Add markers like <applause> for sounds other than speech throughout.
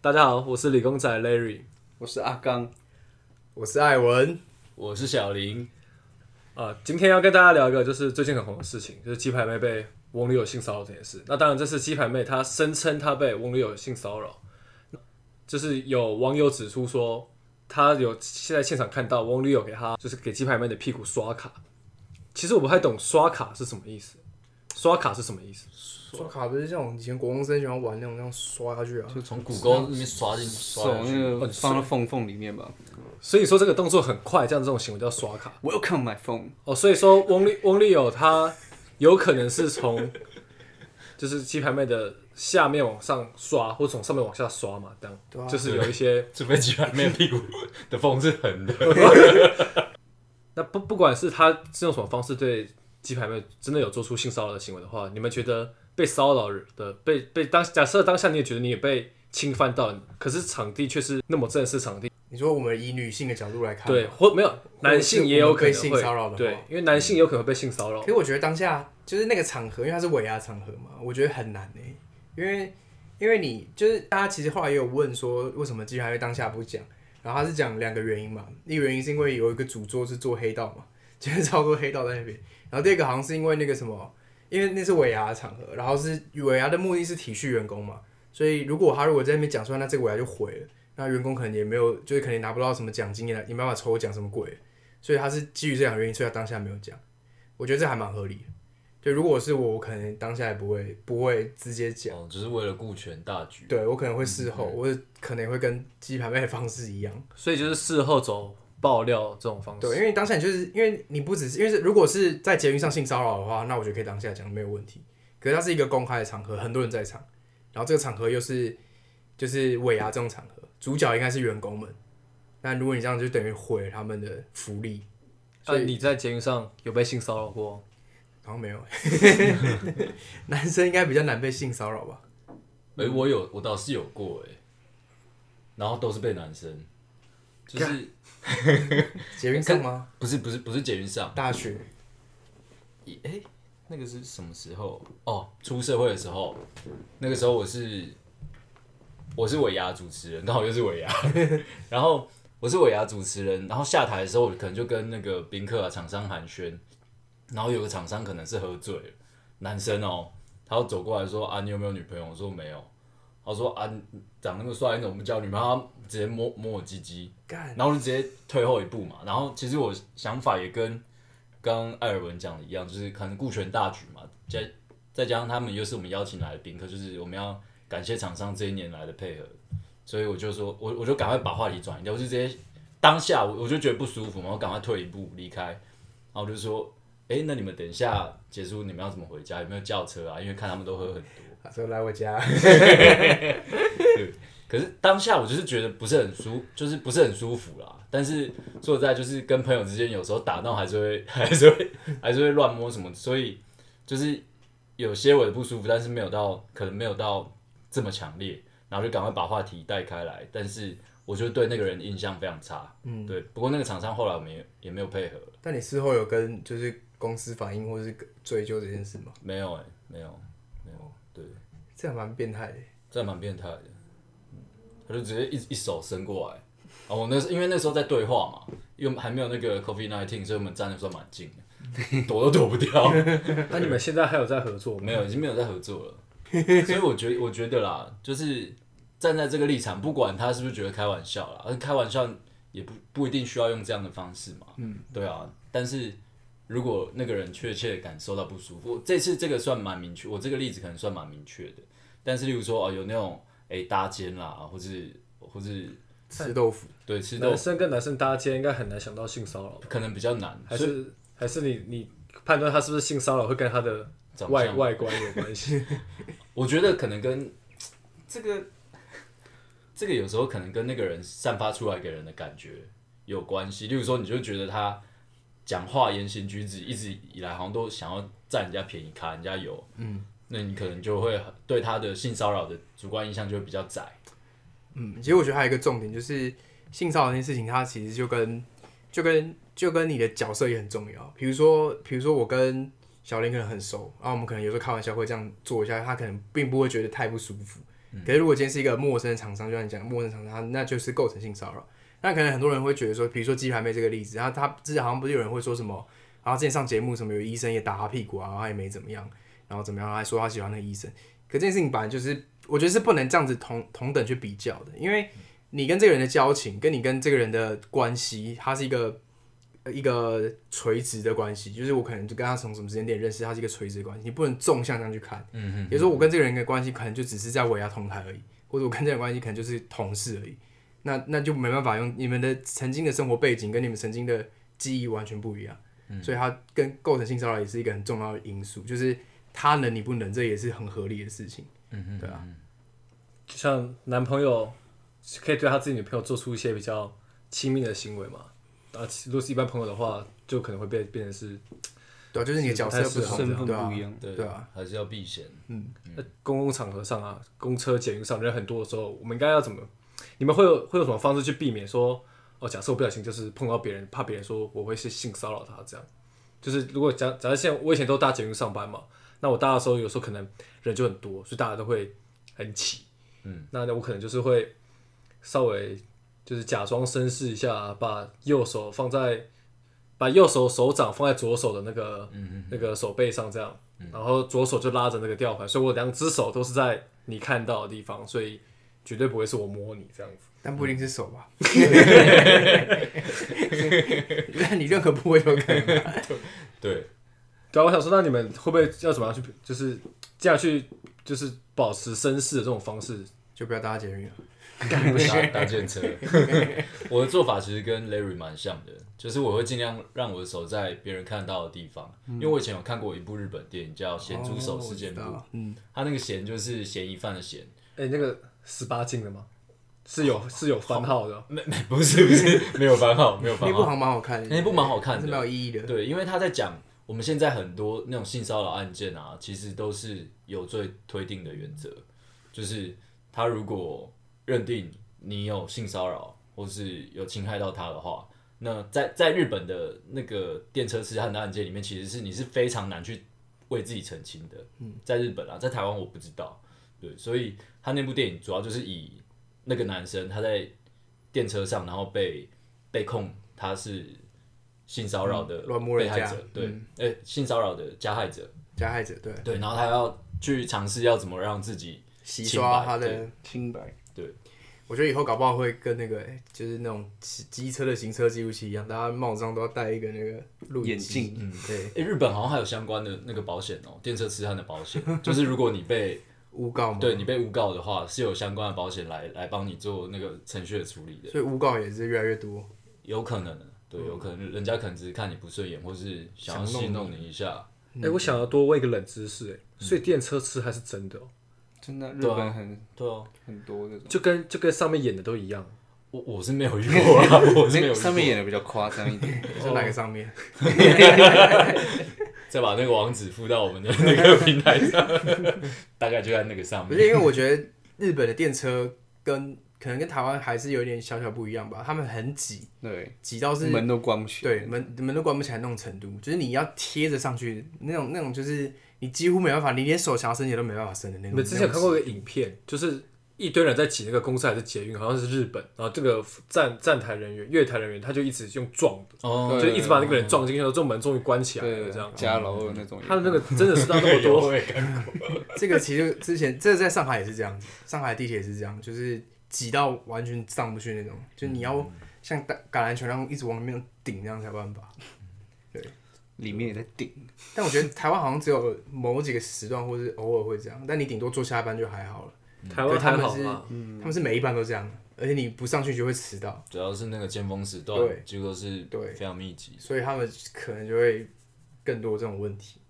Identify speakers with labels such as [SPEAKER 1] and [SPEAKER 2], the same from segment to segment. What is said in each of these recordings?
[SPEAKER 1] 大家好，我是理工仔 Larry。
[SPEAKER 2] 我是阿刚，
[SPEAKER 3] 我是艾文，
[SPEAKER 4] 我是小林，
[SPEAKER 1] 啊，今天要跟大家聊一个就是最近很红的事情，就是鸡排妹被翁立友性骚扰这件事。那当然，这是鸡排妹她声称她被翁立友性骚扰，就是有网友指出说，她有现在现场看到翁立友给她就是给鸡排妹的屁股刷卡。其实我不太懂刷卡是什么意思，刷卡是什么意思？
[SPEAKER 3] 刷卡不是像我们以前国中生喜欢玩那种，这样刷下去啊，
[SPEAKER 2] 就从
[SPEAKER 4] 骨沟那边刷进去，刷
[SPEAKER 2] 手
[SPEAKER 4] 进去。
[SPEAKER 2] 那个放到缝缝里面吧。
[SPEAKER 1] 所以说这个动作很快，这样这种行为叫刷卡。
[SPEAKER 2] Welcome my phone，
[SPEAKER 1] 哦，所以说翁立翁立友他有可能是从就是鸡排妹的下面往上刷，或从上面往下刷嘛，这样，
[SPEAKER 3] 对啊
[SPEAKER 1] 就是有一些
[SPEAKER 4] 除非鸡排妹屁股的缝是横的，
[SPEAKER 1] 那不不管是他是用什么方式对鸡排妹真的有做出性骚扰的行为的话，你们觉得被骚扰的被被当假设当下你也觉得你也被侵犯到，可是场地却是那么正式场地，
[SPEAKER 3] 你说我们以女性的角度来看，
[SPEAKER 1] 对，。或没有男性也有可能
[SPEAKER 3] 啊或者是我
[SPEAKER 1] 会
[SPEAKER 3] 们被性骚扰的话嗯
[SPEAKER 1] 对，因为男性有可能会被性骚扰
[SPEAKER 3] 可。是我觉得当下就是那个场合，因为它是尾牙场合嘛，我觉得很难呢、因为因为你就是大家其实后来也有问说，为什么鸡排会当下不讲？然后他是讲两个原因嘛，一个原因是因为有一个主桌是做黑道嘛，就是超多黑道在那边。然后第二个好像是因为那个什么，因为那是尾牙的场合，然后是尾牙的目的是体恤员工嘛，所以如果他如果在那边讲出来，那这个尾牙就毁了，那员工可能也没有，就是可能拿不到什么奖金，也拿也没办法抽奖什么鬼，所以他是基于这两个原因，所以他当下没有讲。我觉得这还蛮合理的。对，如果是我，我可能当下也不会不会直接讲，
[SPEAKER 4] 哦，只是为了顾全大局。
[SPEAKER 3] 对我可能会事后，我可能会跟鸡排妹的方式一样。
[SPEAKER 1] 所以就是事后走爆料这种方式。
[SPEAKER 3] 对，因为当下你就是因为你不只是因为是如果是在捷运上性骚扰的话，那我觉得可以当下讲没有问题。可是它是一个公开的场合，很多人在场，然后这个场合又是就是尾牙这种场合，主角应该是员工们。那如果你这样就等于毁了他们的福利，
[SPEAKER 1] 那、啊你在捷运上有被性骚扰过？
[SPEAKER 4] <laughs>
[SPEAKER 3] 然后没有， <laughs> 男生应该比较难被性骚扰吧？
[SPEAKER 4] 哎、我有，我倒是有过哎、然后都是被男生，就是
[SPEAKER 3] 捷运上吗？
[SPEAKER 4] 不是不是不是捷运上，
[SPEAKER 3] 大学
[SPEAKER 4] 哎、诶那个是什么时候？哦，出社会的时候，那个时候我是我是尾牙主持人，刚好又是尾牙， <laughs> 然后我是尾牙主持人，然后下台的时候，我可能就跟那个宾客啊、厂商寒暄，然后有个厂商可能是喝醉了，男生哦，他就走过来说啊，你有没有女朋友？我说没有。他说啊，你长那么帅，你怎么不交女朋友？他直接摸摸我鸡鸡，
[SPEAKER 3] 干，
[SPEAKER 4] 然后我就直接退后一步嘛。然后其实我想法也跟刚刚艾尔文讲的一样，就是可能顾全大局嘛，再再加上他们又是我们邀请来的宾客，就是我们要感谢厂商这一年来的配合，所以我就说，我我就赶快把话题转移掉，我就直接当下我我就觉得不舒服嘛，我赶快退一步离开，然后我就说，哎，那你们等一下结束你们要怎么回家？有没有轿车啊？因为看他们都喝很多。
[SPEAKER 3] 他说来我家， <laughs>
[SPEAKER 4] 可是当下我就是觉得不是很舒，就是不是很舒服啦。但是说实在，就是跟朋友之间有时候打闹还是会， <laughs> 还是会，还是会乱摸什么，所以就是有些我的不舒服，但是没有到，可能没有到这么强烈，然后就赶快把话题带开来。但是我就对那个人印象非常差，嗯，对。不过那个厂商后来我们也也没有配合，
[SPEAKER 3] 但你事后有跟就是公司反映或是追究这件事吗？
[SPEAKER 4] 没有哎、没有，没有，对，
[SPEAKER 3] 这还蛮变态的。
[SPEAKER 4] 这蛮变态的。嗯他就直接一一手伸过来，啊，我那时因为那时候在对话嘛，因为还没有那个 COVID nineteen，所以我们站的算蛮近的，躲都躲不掉。
[SPEAKER 1] 那你们现在还有在合作吗？
[SPEAKER 4] 没有，已经没有在合作了。 <laughs> 所以我觉得，我觉得啦，就是站在这个立场，不管他是不是觉得开玩笑啦，而开玩笑也不不一定需要用这样的方式嘛。嗯，对啊。但是如果那个人确切地感受到不舒服，我这次这个算蛮明确，我这个例子可能算蛮明确的。但是例如说哦，有那种哎、搭肩啦，或是或是
[SPEAKER 3] 吃豆腐，
[SPEAKER 4] 对吃豆
[SPEAKER 1] 男，生跟男生搭肩应该很难想到性骚扰，
[SPEAKER 4] 可能比较难，
[SPEAKER 1] 还是还是你你判断他是不是性骚扰会跟他的
[SPEAKER 4] 长
[SPEAKER 1] 外
[SPEAKER 4] 相
[SPEAKER 1] 外观有关
[SPEAKER 4] <laughs>
[SPEAKER 1] 系？
[SPEAKER 4] 我觉得可能跟这个这个有时候可能跟那个人散发出来给人的感觉有关系。例如说，你就觉得他讲话、言行举止一直以来好像都想要占人家便宜、卡人家油，嗯，那你可能就会很对他的性骚扰的主观印象就会比较窄。
[SPEAKER 3] 嗯，其实我觉得还有一个重点就是性骚扰这件事情，它其实就跟就跟就跟你的角色也很重要。比如说，比如说我跟小林可能很熟，然后我们可能有时候开玩笑会这样做一下，他可能并不会觉得太不舒服。可是如果今天是一个陌生的厂商，就像你讲的陌生厂商，那就是构成性骚扰。那可能很多人会觉得说，比如说鸡排妹这个例子，然后她之前好像不是有人会说什么，然后之前上节目什么有医生也打她屁股啊，然后她也没怎么样，然后怎么样，还说她喜欢那个医生。可这件事情本来就是，我觉得是不能这样子同同等去比较的，因为你跟这个人的交情，跟你跟这个人的关系，它是一个呃一个垂直的关系，就是我可能就跟他从什么时间点认识，它是一个垂直的关系，你不能纵向这样去看。
[SPEAKER 4] 嗯
[SPEAKER 3] 嗯，比如说我跟这个人的关系可能就只是在尾牙同台而已，或者我跟这个人的关系可能就是同事而已，那那就没办法用你们的曾经的生活背景跟你们曾经的记忆完全不一样，
[SPEAKER 4] 嗯
[SPEAKER 3] 所以它跟构成性骚扰也是一个很重要的因素，就是他能你不能，这也是很合理的事情。嗯对啊。
[SPEAKER 1] 就像男朋友可以对他自己女朋友做出一些比较亲密的行为嘛，啊，如果是一般朋友的话，就可能会变变成是
[SPEAKER 3] 对啊，就是你的角色不
[SPEAKER 1] 是
[SPEAKER 3] 同，
[SPEAKER 2] 身份
[SPEAKER 3] 对啊
[SPEAKER 2] 不一样，
[SPEAKER 4] 对嗯
[SPEAKER 3] 对啊，
[SPEAKER 4] 还是要避嫌。
[SPEAKER 1] 那公共场合上啊，公车、捷运上人很多的时候，我们应该要怎么？你们会有会有什么方式去避免说，哦，假设我不小心就是碰到别人，怕别人说我会是性骚扰他这样。就是如果假假设现在我以前都搭捷运上班嘛，那我搭的时候有时候可能人就很多，所以大家都会很挤。嗯，那我可能就是会稍微就是假装绅士一下，把右手放在把右手手掌放在左手的那个、那个手背上这样，然后左手就拉着那个吊牌，所以我两只手都是在你看到的地方，所以绝对不会是我摸你这样子。
[SPEAKER 3] 但不一定是手
[SPEAKER 4] <laughs>
[SPEAKER 3] 吧。那你任何部位都可以吧。
[SPEAKER 4] 对，
[SPEAKER 1] 对啊，我想说，那你们会不会要怎么样去，就是这样去，就是保持绅士的这种方式？
[SPEAKER 3] 就不要搭捷运了。
[SPEAKER 4] 搭搭建
[SPEAKER 3] <laughs>
[SPEAKER 4] 车。我的做法其实跟 Larry 蛮像的，就是我会尽量让我的手在别人看到的地方，因为我以前有看过一部日本电影叫《咸猪手事件簿》，
[SPEAKER 3] 嗯哦我知道嗯，
[SPEAKER 4] 它那个咸就是嫌疑犯的嫌，
[SPEAKER 1] 哎、那个十八禁的吗？是有是有番号的，哦
[SPEAKER 4] 没没不是不是没有番号没有
[SPEAKER 3] 那
[SPEAKER 4] 番
[SPEAKER 3] 部好
[SPEAKER 4] 号，
[SPEAKER 3] 像蛮好看的，
[SPEAKER 4] 啊那部蛮好看的
[SPEAKER 3] 是蛮有意义的。
[SPEAKER 4] 对，因为他在讲我们现在很多那种性骚扰案件啊，其实都是有罪推定的原则，就是他如果认定你有性骚扰或是有侵害到他的话，那在在日本的那个电车痴汉的案件里面，其实是你是非常难去为自己澄清的。嗯，在日本啊，在台湾我不知道，对，所以他那部电影主要就是以那个男生他在电车上，然后被被控他是性骚扰的
[SPEAKER 3] 嗯乱摸人
[SPEAKER 4] 被害
[SPEAKER 3] 家嗯
[SPEAKER 4] 者，对，呃、性骚扰的加害者，
[SPEAKER 3] 加害者对，
[SPEAKER 4] 对，然后他要去尝试要怎么让自己
[SPEAKER 3] 洗
[SPEAKER 4] 清
[SPEAKER 3] 刷
[SPEAKER 4] 白
[SPEAKER 3] 他
[SPEAKER 4] 对
[SPEAKER 3] 的。
[SPEAKER 2] 清白。
[SPEAKER 3] 我觉得以后搞不好会跟那个欸就是那种机机车的行车记录器一样，大家帽子上都要戴一个那个录影机
[SPEAKER 2] 眼镜。
[SPEAKER 3] 嗯，对，
[SPEAKER 4] 诶，哎日本好像还有相关的那个保险哦、电车痴汉的保险， <laughs> 就是如果你被
[SPEAKER 3] 诬告嘛。
[SPEAKER 4] 对你被诬告的话，是有相关的保险来来帮你做那个程序的处理的，
[SPEAKER 3] 所以诬告也是越来越多。
[SPEAKER 4] 有可能的，对，
[SPEAKER 3] 嗯
[SPEAKER 4] 有可能人家可能只是看你不顺眼，或是想要戏弄你一下，
[SPEAKER 1] 哎、我想要多问一个冷知识、哎，所以电车痴还是真的、哦，
[SPEAKER 2] 真的，日
[SPEAKER 4] 对啊
[SPEAKER 2] 本很
[SPEAKER 4] 对哦、
[SPEAKER 2] 很多这种，
[SPEAKER 1] 就跟就跟上面演的都一样。
[SPEAKER 4] 我我是没有遇过
[SPEAKER 3] <laughs>
[SPEAKER 4] 啊，我是没
[SPEAKER 2] 那
[SPEAKER 4] 有遇
[SPEAKER 2] 上面
[SPEAKER 4] 过
[SPEAKER 2] 演的比较夸张一
[SPEAKER 4] <laughs>
[SPEAKER 2] 点。
[SPEAKER 3] 是哪个上面？
[SPEAKER 4] 再把那个网址附到我们的那个平台
[SPEAKER 3] <laughs>
[SPEAKER 4] 上，大概就在那个上
[SPEAKER 3] 不
[SPEAKER 4] 面。
[SPEAKER 3] 是因为我觉得日本的电车跟可能跟台湾还是有点小小不一样吧，他们很挤，
[SPEAKER 2] 对，
[SPEAKER 3] 挤到是
[SPEAKER 2] 门都关不起来。
[SPEAKER 3] 对，门门都关不起来那种程度，就是你要贴着上去那种那种，就是你几乎没办法，你连手想要伸也都没办法伸的那种。
[SPEAKER 1] 你们之前有看过一个影片，就是一堆人在挤那个公车还是捷运，好像是日本，然后这个站站台人员、月台人员，他就一直用撞的，
[SPEAKER 4] 哦
[SPEAKER 1] 就一直把那个人撞进去，然后这门终于关起来了，
[SPEAKER 2] 对
[SPEAKER 1] 这样，。
[SPEAKER 2] 加老二那种也。
[SPEAKER 1] 他的那个真的是到那么
[SPEAKER 4] 有
[SPEAKER 1] 多，
[SPEAKER 4] 我也看
[SPEAKER 3] 这个其实之前这个在上海也是这样子，上海地铁也是这样，就是挤到完全上不去那种，就你
[SPEAKER 2] 嗯
[SPEAKER 3] 要像打橄榄球那样一直往里面顶，这样才有办法。
[SPEAKER 2] 里面也在顶，
[SPEAKER 3] 但我觉得台湾好像只有某几个时段或是偶尔会这样，但你顶多坐下一班就还好了。
[SPEAKER 1] 台湾还好嘛，
[SPEAKER 3] 他们是每一班都这样，而且你不上去就会迟到，
[SPEAKER 4] 主要是那个尖峰时段
[SPEAKER 3] 对，
[SPEAKER 4] 几乎都是
[SPEAKER 3] 对
[SPEAKER 4] 非常密集。
[SPEAKER 3] 所以他们可能就会更多这种问题。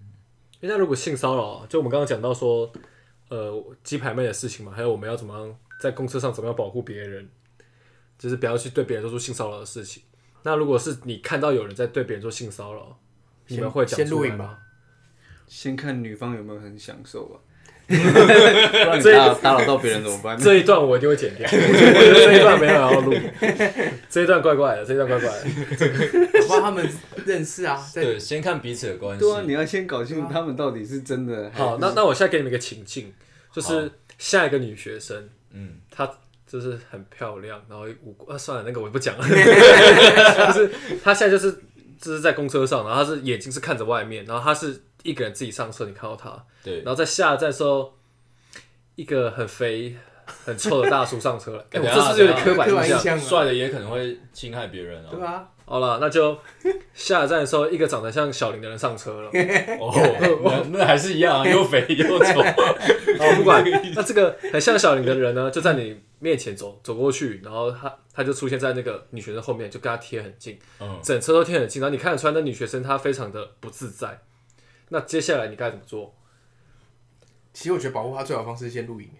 [SPEAKER 1] 人家如果性骚扰啊，就我们刚刚讲到说，呃，鸡排妹的事情嘛，还有我们要怎么样在公车上怎么样保护别人，就是不要去对别人做出性骚扰的事情。那如果是你看到有人在对别人做性骚扰，你们
[SPEAKER 3] 先
[SPEAKER 1] 会讲
[SPEAKER 3] 先
[SPEAKER 1] 出
[SPEAKER 3] 录
[SPEAKER 1] 来
[SPEAKER 3] 影
[SPEAKER 1] 吗？
[SPEAKER 2] 先看女方有没有很享受
[SPEAKER 4] <laughs>
[SPEAKER 2] 吧。
[SPEAKER 1] 不然
[SPEAKER 2] 打
[SPEAKER 1] 这
[SPEAKER 2] 扰打扰到别人怎么办？
[SPEAKER 1] <laughs> 这一段我一定会剪掉，我觉得这一段没有要录，这一段怪怪的，这一段怪怪的。
[SPEAKER 3] 我帮他们认识啊，在啊
[SPEAKER 4] 对，先看彼此的关系啊
[SPEAKER 2] 对。啊，你要先搞清楚他们到底是真的还是。
[SPEAKER 1] 好，那那我现在给你们一个情境，就是下一个女学生，
[SPEAKER 4] 嗯，
[SPEAKER 1] 她就是很漂亮，然后五官、啊、算了，那个我也不讲了， <laughs> 就是她现在就是就是在公车上，然后她是眼睛是看着外面，然后她是一个人自己上车，你看到她，
[SPEAKER 4] 对
[SPEAKER 1] 然，后在下一站的时候，一个很肥很臭的大叔上车了，哎、我
[SPEAKER 4] 等一
[SPEAKER 1] 这
[SPEAKER 4] 下
[SPEAKER 1] 是不是有点刻板
[SPEAKER 3] 刻板
[SPEAKER 1] 印
[SPEAKER 3] 印
[SPEAKER 1] 象？
[SPEAKER 3] 象啊，
[SPEAKER 4] 帅的也可能会侵害别人哦。
[SPEAKER 3] 对啊吧？
[SPEAKER 1] 好了，那 <laughs> 就下一站的时候，一个长得像小林的人上 <laughs> 车了。
[SPEAKER 3] <laughs>
[SPEAKER 4] 哦，那那还是一样啊，又肥又丑。
[SPEAKER 1] 哦，不管，那这个很像小林的人呢，就在你面前走走过去，然后他他就出现在那个女学生后面，就跟她贴很近，
[SPEAKER 4] 嗯，
[SPEAKER 1] 整车都贴很近。然后你看得出来，那女学生她非常的不自在。那接下来你该怎么 <laughs> 做？
[SPEAKER 3] 其实我觉得保护他最好的方式是先录影，欸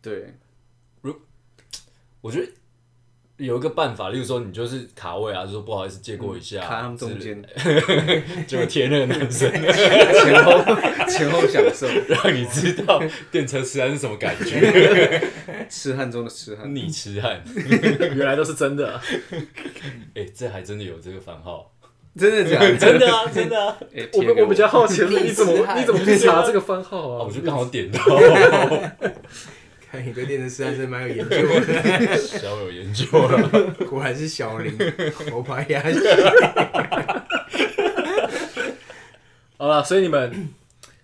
[SPEAKER 2] 对，
[SPEAKER 4] 我觉得有一个办法，例如说你就是卡位啊，就说不好意思借过一下，
[SPEAKER 2] 卡他们中间，
[SPEAKER 4] 就贴那个男 <laughs> 生，
[SPEAKER 2] 前后 <laughs> 前后享受，
[SPEAKER 4] 让你知道电车痴汉是什么感 <laughs> 觉，
[SPEAKER 2] 痴汉中的痴汉，
[SPEAKER 4] 你痴汉。
[SPEAKER 1] 原来都是真的，啊
[SPEAKER 4] 哎，这还真的有这个番号，
[SPEAKER 2] 真的假的？
[SPEAKER 4] 真的啊，真的啊。
[SPEAKER 2] 哎，
[SPEAKER 1] 我
[SPEAKER 2] 贴给
[SPEAKER 1] 我比较好奇的 <laughs> 是，你怎
[SPEAKER 3] 你是
[SPEAKER 1] 么
[SPEAKER 3] 汉
[SPEAKER 1] 你怎么去查这个番号啊？
[SPEAKER 4] 哦我就刚好点到，
[SPEAKER 3] 看你对电视实在是蛮有研究
[SPEAKER 4] 小有研究了。
[SPEAKER 3] 的，果然是小林，我把牙洗。
[SPEAKER 1] 好了，所以你们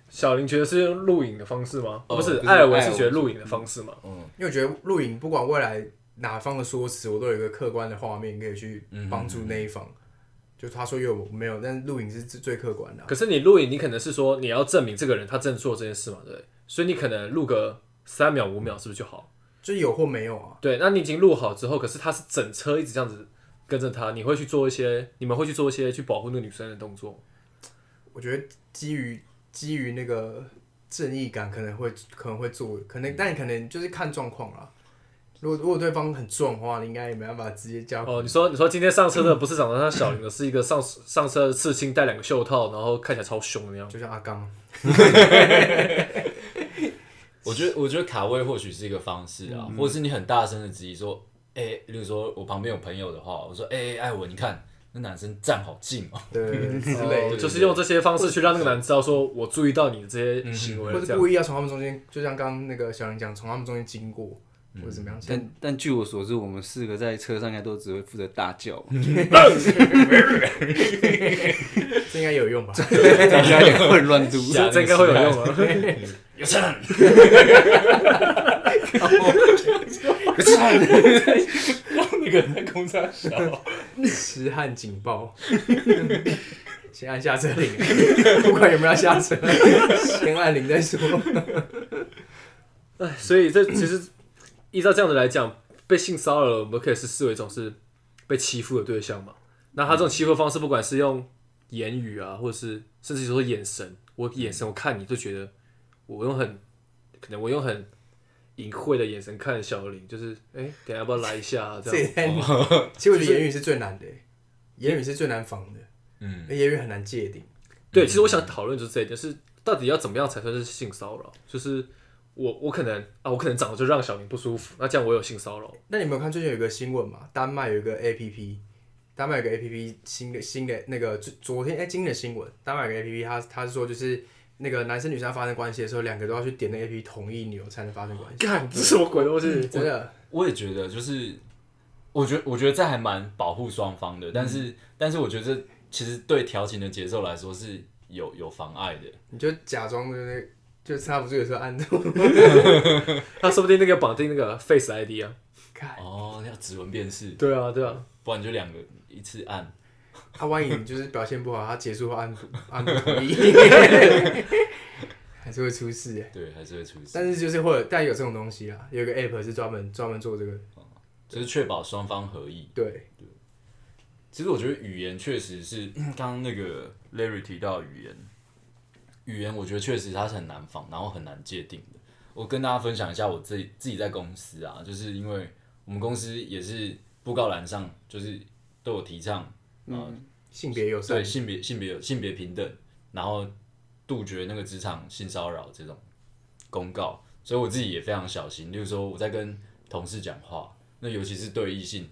[SPEAKER 1] 小林觉得是用录影的方式吗？
[SPEAKER 4] 哦
[SPEAKER 1] 不是，
[SPEAKER 2] 就是
[SPEAKER 1] 艾尔文是
[SPEAKER 2] 艾尔
[SPEAKER 1] 觉得
[SPEAKER 2] 文
[SPEAKER 1] 录影的方式吗？
[SPEAKER 3] 因为我觉得录影不管未来哪方的说辞，我都有一个客观的画面可以去帮助那一方。就他说有没有，但是录影是最最客观的啊、
[SPEAKER 1] 可是你录影，你可能是说你要证明这个人他真的做这件事嘛，对不对？所以你可能录个三秒五秒，是不是就好？
[SPEAKER 3] 就是有或没有啊。
[SPEAKER 1] 对，那你已经录好之后，可是他是整车一直这样子跟着他，你会去做一些，你们会去做一些去保护那个女生的动作。
[SPEAKER 3] 我觉得基于基于那个正义感，可能会可能会做，可能但可能就是看状况啦。如果如果对方很壮的话，你应该也没办法直接叫。
[SPEAKER 1] 哦，你说你说今天上车的不是长得像小林的，是一个上上车的刺青，戴两个袖套，然后看起来超凶的那样。
[SPEAKER 3] 就像阿刚，啊 <laughs>
[SPEAKER 4] 我觉得，我觉得卡位或许是一个方式啊，或者是你很大声的质疑说，哎、例如说我旁边有朋友的话，我说，哎、哎艾文，你看那男生站好近哦，
[SPEAKER 3] 对对对之类
[SPEAKER 1] 哦
[SPEAKER 3] 的，
[SPEAKER 1] 就是用这些方式去让那个男知道，说我注意到你的这些行为
[SPEAKER 3] 或
[SPEAKER 1] 了，这
[SPEAKER 3] 者
[SPEAKER 1] 样
[SPEAKER 3] 故意要从他们中间，就像刚刚那个小林讲，从他们中间经过，或者怎么样。
[SPEAKER 2] 但但据我所知，我们四个在车上应该都只会负责大叫，
[SPEAKER 3] 这应该有用吧？
[SPEAKER 2] 大家也混乱度。
[SPEAKER 4] 吓
[SPEAKER 1] 这这应该会有用啊。
[SPEAKER 4] 有站，然后那个人在公车小，
[SPEAKER 3] 痴汉警 <laughs> 报，先按下车铃， <laughs> 不管有没有要下车， <laughs> 先按铃再说。
[SPEAKER 1] 哎，所以这其实依照这样子来讲，被性骚扰，我们可以是视为一种是被欺负的对象嘛？那他这种欺负方式，不管是用言语啊，或者是甚至说眼神，我眼神我看你就觉得我用很可能我用很隐晦的眼神看小林，就是哎、等一下要不要来一下、啊、这
[SPEAKER 3] 这
[SPEAKER 1] 样？
[SPEAKER 3] 也太难， <laughs> 其实我觉得言语是最难的，言语是最难防的，
[SPEAKER 4] 嗯，
[SPEAKER 3] 而言语很难界定。
[SPEAKER 1] 对，其实我想讨论就是这一点，就是到底要怎么样才算是性骚扰？就是我我可能啊，我可能长得就让小林不舒服，那这样我有性骚扰。
[SPEAKER 3] 那你们有看最近有一个新闻嘛？丹麦有一个 A P P，丹麦有个 A P P 新的新的那个昨昨天哎、今天的新闻，丹麦有个 A P P，它它是说就是那个男生女生要发生关系的时候，两个都要去点那 A P P 同意钮才能发生关系，
[SPEAKER 1] 干，这是什么鬼东西？
[SPEAKER 3] 真的。
[SPEAKER 4] 我也觉得就是，我觉得我觉得这还蛮保护双方的，但
[SPEAKER 3] 嗯
[SPEAKER 4] 是但是我觉得这其实对调情的节奏来说是有有妨碍的，
[SPEAKER 3] 你就假装就是就刹不住的时候按住，
[SPEAKER 1] 他说不定那个绑定那个 Face ID 啊。
[SPEAKER 3] 看
[SPEAKER 4] 哦，要指纹辨识，
[SPEAKER 1] 对啊，对啊，
[SPEAKER 4] 不然就两个一次按，
[SPEAKER 3] <laughs> 他、万一你就是表现不好，他结束后按不按不同意， <laughs> 还是会出事哎。
[SPEAKER 4] 对，还是会出事。
[SPEAKER 3] 但是就是会有，但有这种东西啊，有一个 app 是专门专门做这个，
[SPEAKER 4] 就是确保双方合意。
[SPEAKER 3] 对，
[SPEAKER 4] 其实我觉得语言确实是刚刚那个 Larry 提到的语言，语言我觉得确实它是很难仿，然后很难界定的。我跟大家分享一下我自己自己在公司啊，就是因为我们公司也是布告栏上就是都有提倡，呃
[SPEAKER 3] 性别友善
[SPEAKER 4] 对，性别性别有性别平等，然后杜绝那个职场性骚扰这种公告，所以我自己也非常小心。例如说我在跟同事讲话，那尤其是对异性，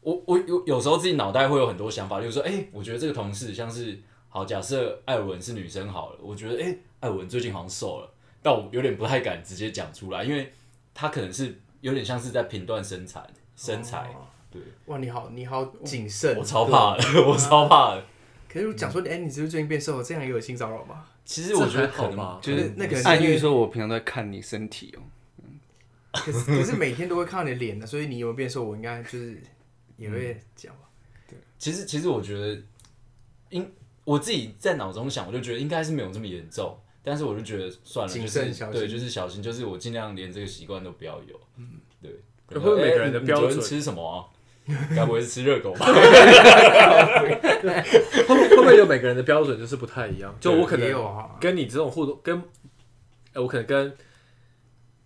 [SPEAKER 4] 我我有有时候自己脑袋会有很多想法，例如说，哎、我觉得这个同事像是好，假设艾文是女生好了，我觉得哎、艾文最近好像瘦了，但我有点不太敢直接讲出来，因为他可能是有点像是在评断身材，身材，
[SPEAKER 1] 哦
[SPEAKER 4] 对
[SPEAKER 3] 哦哇，你好，你好谨慎，
[SPEAKER 4] 我超怕的，我超怕的。
[SPEAKER 3] 可是我讲说，哎、你是不是最近变瘦了？这样也有性骚扰吗？
[SPEAKER 4] 其实我觉得
[SPEAKER 1] 这还好
[SPEAKER 4] 可能
[SPEAKER 1] 吧
[SPEAKER 2] 就是
[SPEAKER 3] 那个
[SPEAKER 2] 暗喻说我平常都在看你身体哦、
[SPEAKER 3] 可是可是每天都会看到你的脸的，所以你有没有变瘦，我应该就是也会讲吧。
[SPEAKER 4] 其实，其实我觉得，应我自己在脑中想，我就觉得应该是没有这么严重，但是我就觉得算了，
[SPEAKER 3] 谨
[SPEAKER 4] 就
[SPEAKER 3] 慎
[SPEAKER 4] 是
[SPEAKER 3] 小心
[SPEAKER 4] 对，就是小心，就是我尽量连这个习惯都不要有。嗯，对。
[SPEAKER 1] 会不会每个人
[SPEAKER 4] 哎
[SPEAKER 1] 的
[SPEAKER 4] 你
[SPEAKER 1] 标
[SPEAKER 4] 昨天
[SPEAKER 1] 准
[SPEAKER 4] 吃什么啊？该不会是吃热
[SPEAKER 3] <laughs>
[SPEAKER 4] 狗吧？
[SPEAKER 1] 会不会会不会有每个人的标准就是不太一样？就我可
[SPEAKER 3] 也
[SPEAKER 1] 能
[SPEAKER 3] 有啊，
[SPEAKER 1] 跟你这种互动，跟呃我可能跟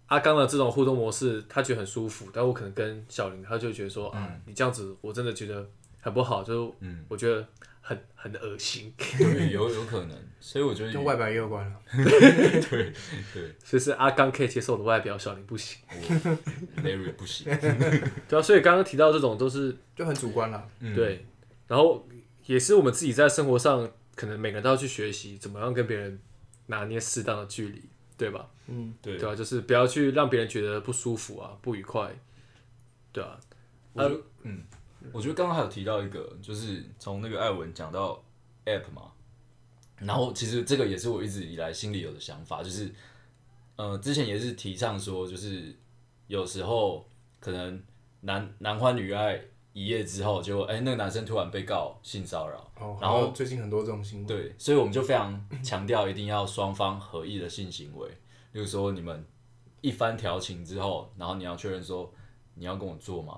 [SPEAKER 1] 阿刚的这种互动模式，他觉得很舒服，但我可能跟小林，他就觉得说、啊，
[SPEAKER 3] 嗯
[SPEAKER 1] 你这样子我真的觉得很不好，就是
[SPEAKER 4] 嗯，
[SPEAKER 1] 我觉得很很恶心， <laughs>
[SPEAKER 4] 对，有有可能，所以我觉得
[SPEAKER 3] 跟外表也有关了。
[SPEAKER 1] 所以是阿刚可以接受我的外表，小林不行。
[SPEAKER 4] Larry 不行。
[SPEAKER 1] 对啊，所以刚刚提到这种都是
[SPEAKER 3] 就很主观了。
[SPEAKER 4] 嗯，
[SPEAKER 1] 对，然后也是我们自己在生活上，可能每个人都要去学习怎么样跟别人拿捏适当的距离，对吧？
[SPEAKER 3] 嗯， <laughs>
[SPEAKER 4] 对
[SPEAKER 1] 对啊，就是不要去让别人觉得不舒服啊、不愉快，对啊，
[SPEAKER 4] 我觉得，嗯，我觉得刚刚还有提到一个，就是从那个艾文讲到 App 嘛，然后其实这个也是我一直以来心里有的想法，就是，呃，之前也是提倡说，就是有时候可能男男欢女爱一夜之后就，哎、那个男生突然被告性骚扰，
[SPEAKER 3] 哦，
[SPEAKER 4] 然
[SPEAKER 3] 然
[SPEAKER 4] 后
[SPEAKER 3] 后最近很多这种新闻，
[SPEAKER 4] 对，所以我们就非常强调一定要双方合意的性行为。例如说，你们一番调情之后，然后你要确认说你要跟我做吗？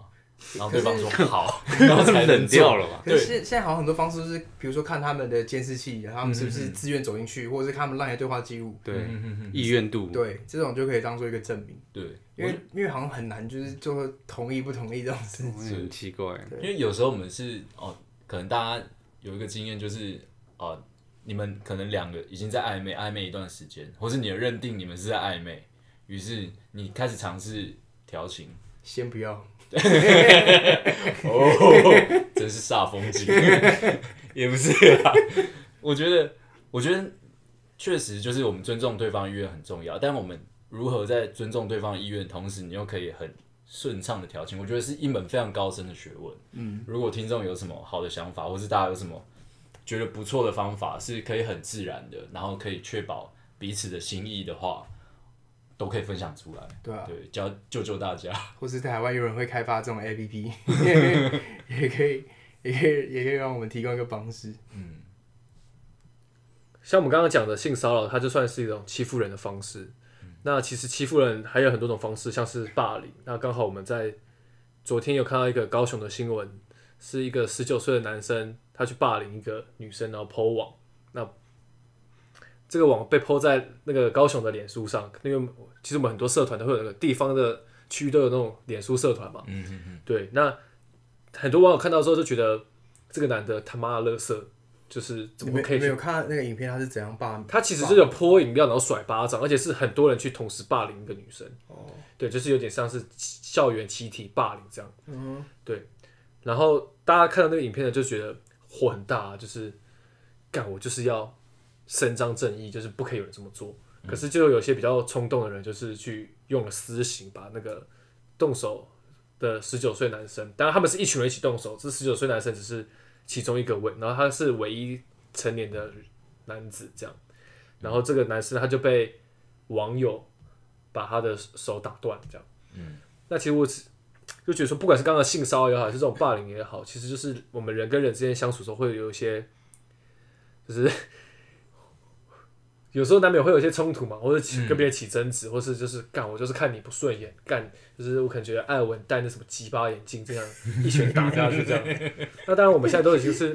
[SPEAKER 4] 然后对方说好， <laughs> 然后才能
[SPEAKER 2] 冷
[SPEAKER 4] 做
[SPEAKER 2] 掉。了吧？
[SPEAKER 3] 可是现现在好像很多方式是，比如说看他们的监视器，然后他们是不
[SPEAKER 4] 嗯
[SPEAKER 3] 是自愿走进去，或者是看他们 LINE 的对话记录，
[SPEAKER 2] 对，意愿度，
[SPEAKER 3] 对，这种就可以当做一个证明，
[SPEAKER 4] 对，
[SPEAKER 3] 因为因为好像很难
[SPEAKER 1] 嗯
[SPEAKER 3] 就是就同意不同意这种事
[SPEAKER 2] 我也很奇怪。
[SPEAKER 4] 因为有时候我们是哦，可能大家有一个经验就是哦，你们可能两个已经在暧昧暧昧一段时间，或是你的认定你们是在暧昧，于是你开始尝试调情，
[SPEAKER 3] 先不要，
[SPEAKER 4] 哦，真是煞风 <laughs> 景，也不是啦。我觉得，我觉得确实就是我们尊重对方的意愿很重要，但我们如何在尊重对方的意愿的同时，你又可以很顺畅的调情，我觉得是一门非常高深的学问。嗯，如果听众有什么好的想法，或是大家有什么觉得不错的方法，是可以很自然的，然后可以确保彼此的心意的话，都可以分享出来。
[SPEAKER 3] 对啊，
[SPEAKER 4] 对，教救救大家。
[SPEAKER 3] 或是在海外有人会开发这种
[SPEAKER 1] <laughs>
[SPEAKER 3] APP，也可以也可以也可以让我们提供一个方式，
[SPEAKER 1] 像我们刚刚讲的性骚扰，它就算是一种欺负人的方式。那其实欺负人还有很多种方式，像是霸凌。那刚好我们在昨天有看到一个高雄的新闻，是一个十九岁的男生，他去霸凌一个女生，然后抛网。那这个网被抛在那个高雄的脸书上，因为其实我们很多社团都会有那个地方的区域都有那种脸书社团嘛。
[SPEAKER 4] 嗯嗯嗯，
[SPEAKER 1] 对，那很多网友看到之后就觉得这个男的他妈的垃圾，就是怎
[SPEAKER 3] 你
[SPEAKER 1] 么
[SPEAKER 3] 们
[SPEAKER 1] 可以
[SPEAKER 3] 你
[SPEAKER 1] 去
[SPEAKER 3] 们有看到那个影片他是怎样霸
[SPEAKER 1] 他其实就是有泼饮料，然后甩巴掌，而且是很多人去同时霸凌一个女生。
[SPEAKER 3] 哦，
[SPEAKER 1] 对，就是有点像是校园集体霸凌这样。
[SPEAKER 3] 嗯，
[SPEAKER 1] 然后大家看到那个影片呢，就觉得火很大啊，就是干我就是要伸张正义，就是不可以有人这么做。
[SPEAKER 3] 嗯
[SPEAKER 1] 可是就有些比较冲动的人，就是去用了私刑，把那个动手的十九岁男生，当然他们是一群人一起动手，这十九岁男生只是其中一个唯，然后他是唯一成年的男子这样。然后这个男生他就被网友把他的手打断，这样。嗯，那其实我只就觉得说，不管是刚刚的性骚扰也好，还是这种霸凌也好，其实就是我们人跟人之间相处的时候会有一些，就是 <laughs> 有时候难免会有一些冲突嘛，或者起跟别人起争执，或是就是干我就是看你不顺眼，干就是我可能觉得艾文戴那什么鸡巴眼镜这样一拳打下去这样。那当然我们现在都已经是